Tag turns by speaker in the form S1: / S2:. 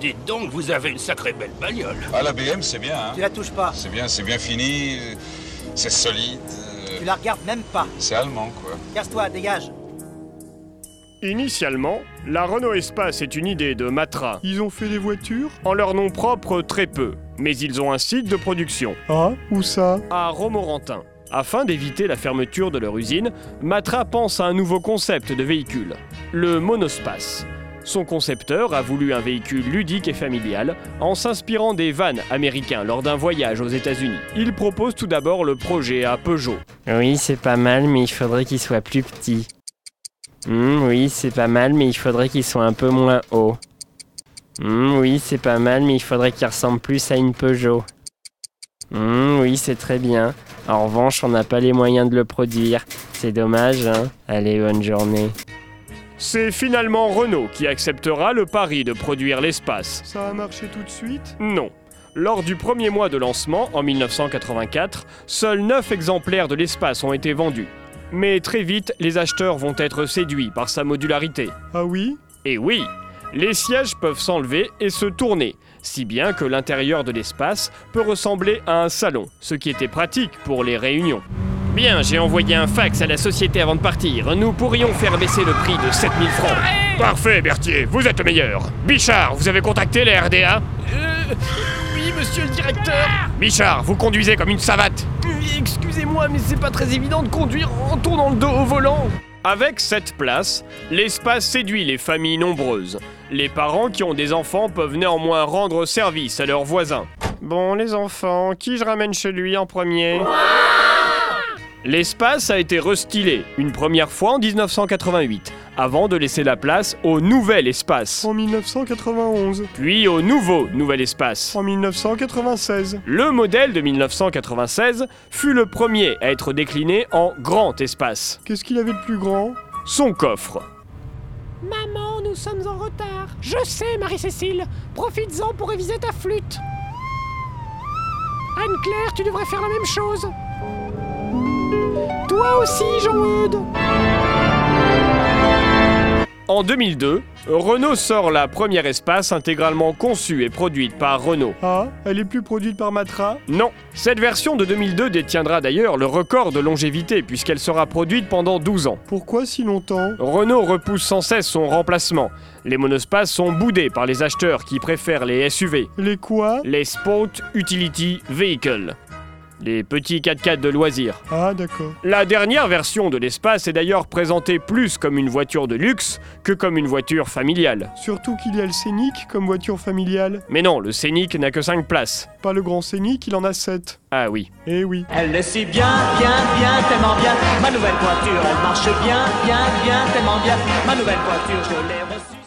S1: Dites donc, vous avez une sacrée belle bagnole.
S2: Ah, la BM, c'est bien, hein
S3: Tu la touches pas.
S2: C'est bien, c'est bien fini, euh, c'est solide, euh,
S3: Tu la regardes même pas.
S2: c'est allemand, quoi.
S3: Casse-toi, dégage.
S4: Initialement, la Renault Espace est une idée de Matra. Ils ont fait des voitures En leur nom propre, très peu. Mais ils ont un site de production.
S5: Ah, où ça
S4: à Romorantin. Afin d'éviter la fermeture de leur usine, Matra pense à un nouveau concept de véhicule, le monospace. Son concepteur a voulu un véhicule ludique et familial en s'inspirant des vannes américains lors d'un voyage aux États-Unis. Il propose tout d'abord le projet à Peugeot.
S6: Oui, c'est pas mal, mais il faudrait qu'il soit plus petit. Hmm, oui, c'est pas mal, mais il faudrait qu'il soit un peu moins haut. Hmm, oui, c'est pas mal, mais il faudrait qu'il ressemble plus à une Peugeot. Hmm, oui, c'est très bien. En revanche, on n'a pas les moyens de le produire. C'est dommage, hein. Allez, bonne journée.
S4: C'est finalement Renault qui acceptera le pari de produire l'espace.
S5: Ça a marché tout de suite
S4: Non. Lors du premier mois de lancement, en 1984, seuls 9 exemplaires de l'espace ont été vendus. Mais très vite, les acheteurs vont être séduits par sa modularité.
S5: Ah oui
S4: Et oui, les sièges peuvent s'enlever et se tourner, si bien que l'intérieur de l'espace peut ressembler à un salon, ce qui était pratique pour les réunions. Bien, j'ai envoyé un fax à la société avant de partir. Nous pourrions faire baisser le prix de 7000 francs. Parfait, Berthier, vous êtes le meilleur. Bichard, vous avez contacté les RDA
S7: Euh, Oui, monsieur le directeur.
S4: Bichard, vous conduisez comme une savate.
S7: Excusez-moi, mais c'est pas très évident de conduire en tournant le dos au volant.
S4: Avec cette place, l'espace séduit les familles nombreuses. Les parents qui ont des enfants peuvent néanmoins rendre service à leurs voisins. Bon, les enfants, qui je ramène chez lui en premier L'espace a été restylé une première fois en 1988, avant de laisser la place au nouvel espace,
S5: En 1991
S4: puis au nouveau nouvel espace.
S5: En 1996
S4: Le modèle de 1996 fut le premier à être décliné en grand espace.
S5: Qu'est-ce qu'il avait de plus grand
S4: Son coffre.
S7: Maman, nous sommes en retard. Je sais, Marie-Cécile. Profites-en pour réviser ta flûte. Anne-Claire, tu devrais faire la même chose. Toi aussi, Jean-Eudes.
S4: En 2002, Renault sort la première espace intégralement conçue et produite par Renault.
S5: Ah, elle est plus produite par Matra
S4: Non, cette version de 2002 détiendra d'ailleurs le record de longévité puisqu'elle sera produite pendant 12 ans.
S5: Pourquoi si longtemps
S4: Renault repousse sans cesse son remplacement. Les monospaces sont boudés par les acheteurs qui préfèrent les SUV,
S5: Les quoi
S4: les Sport Utility Vehicles, les petits 4x4 de loisirs.
S5: Ah, d'accord.
S4: La dernière version de l'espace est d'ailleurs présentée plus comme une voiture de luxe que comme une voiture familiale.
S5: Surtout qu'il y a le Scénic comme voiture familiale.
S4: Mais non, le Scénic n'a que 5 places.
S5: Pas le grand Scénic, il en a 7.
S4: Ah oui.
S5: Eh oui.
S8: Elle le suit bien, bien, bien, tellement bien. Ma nouvelle voiture, elle marche bien, bien, bien, tellement bien. Ma nouvelle voiture, je l'ai reçue.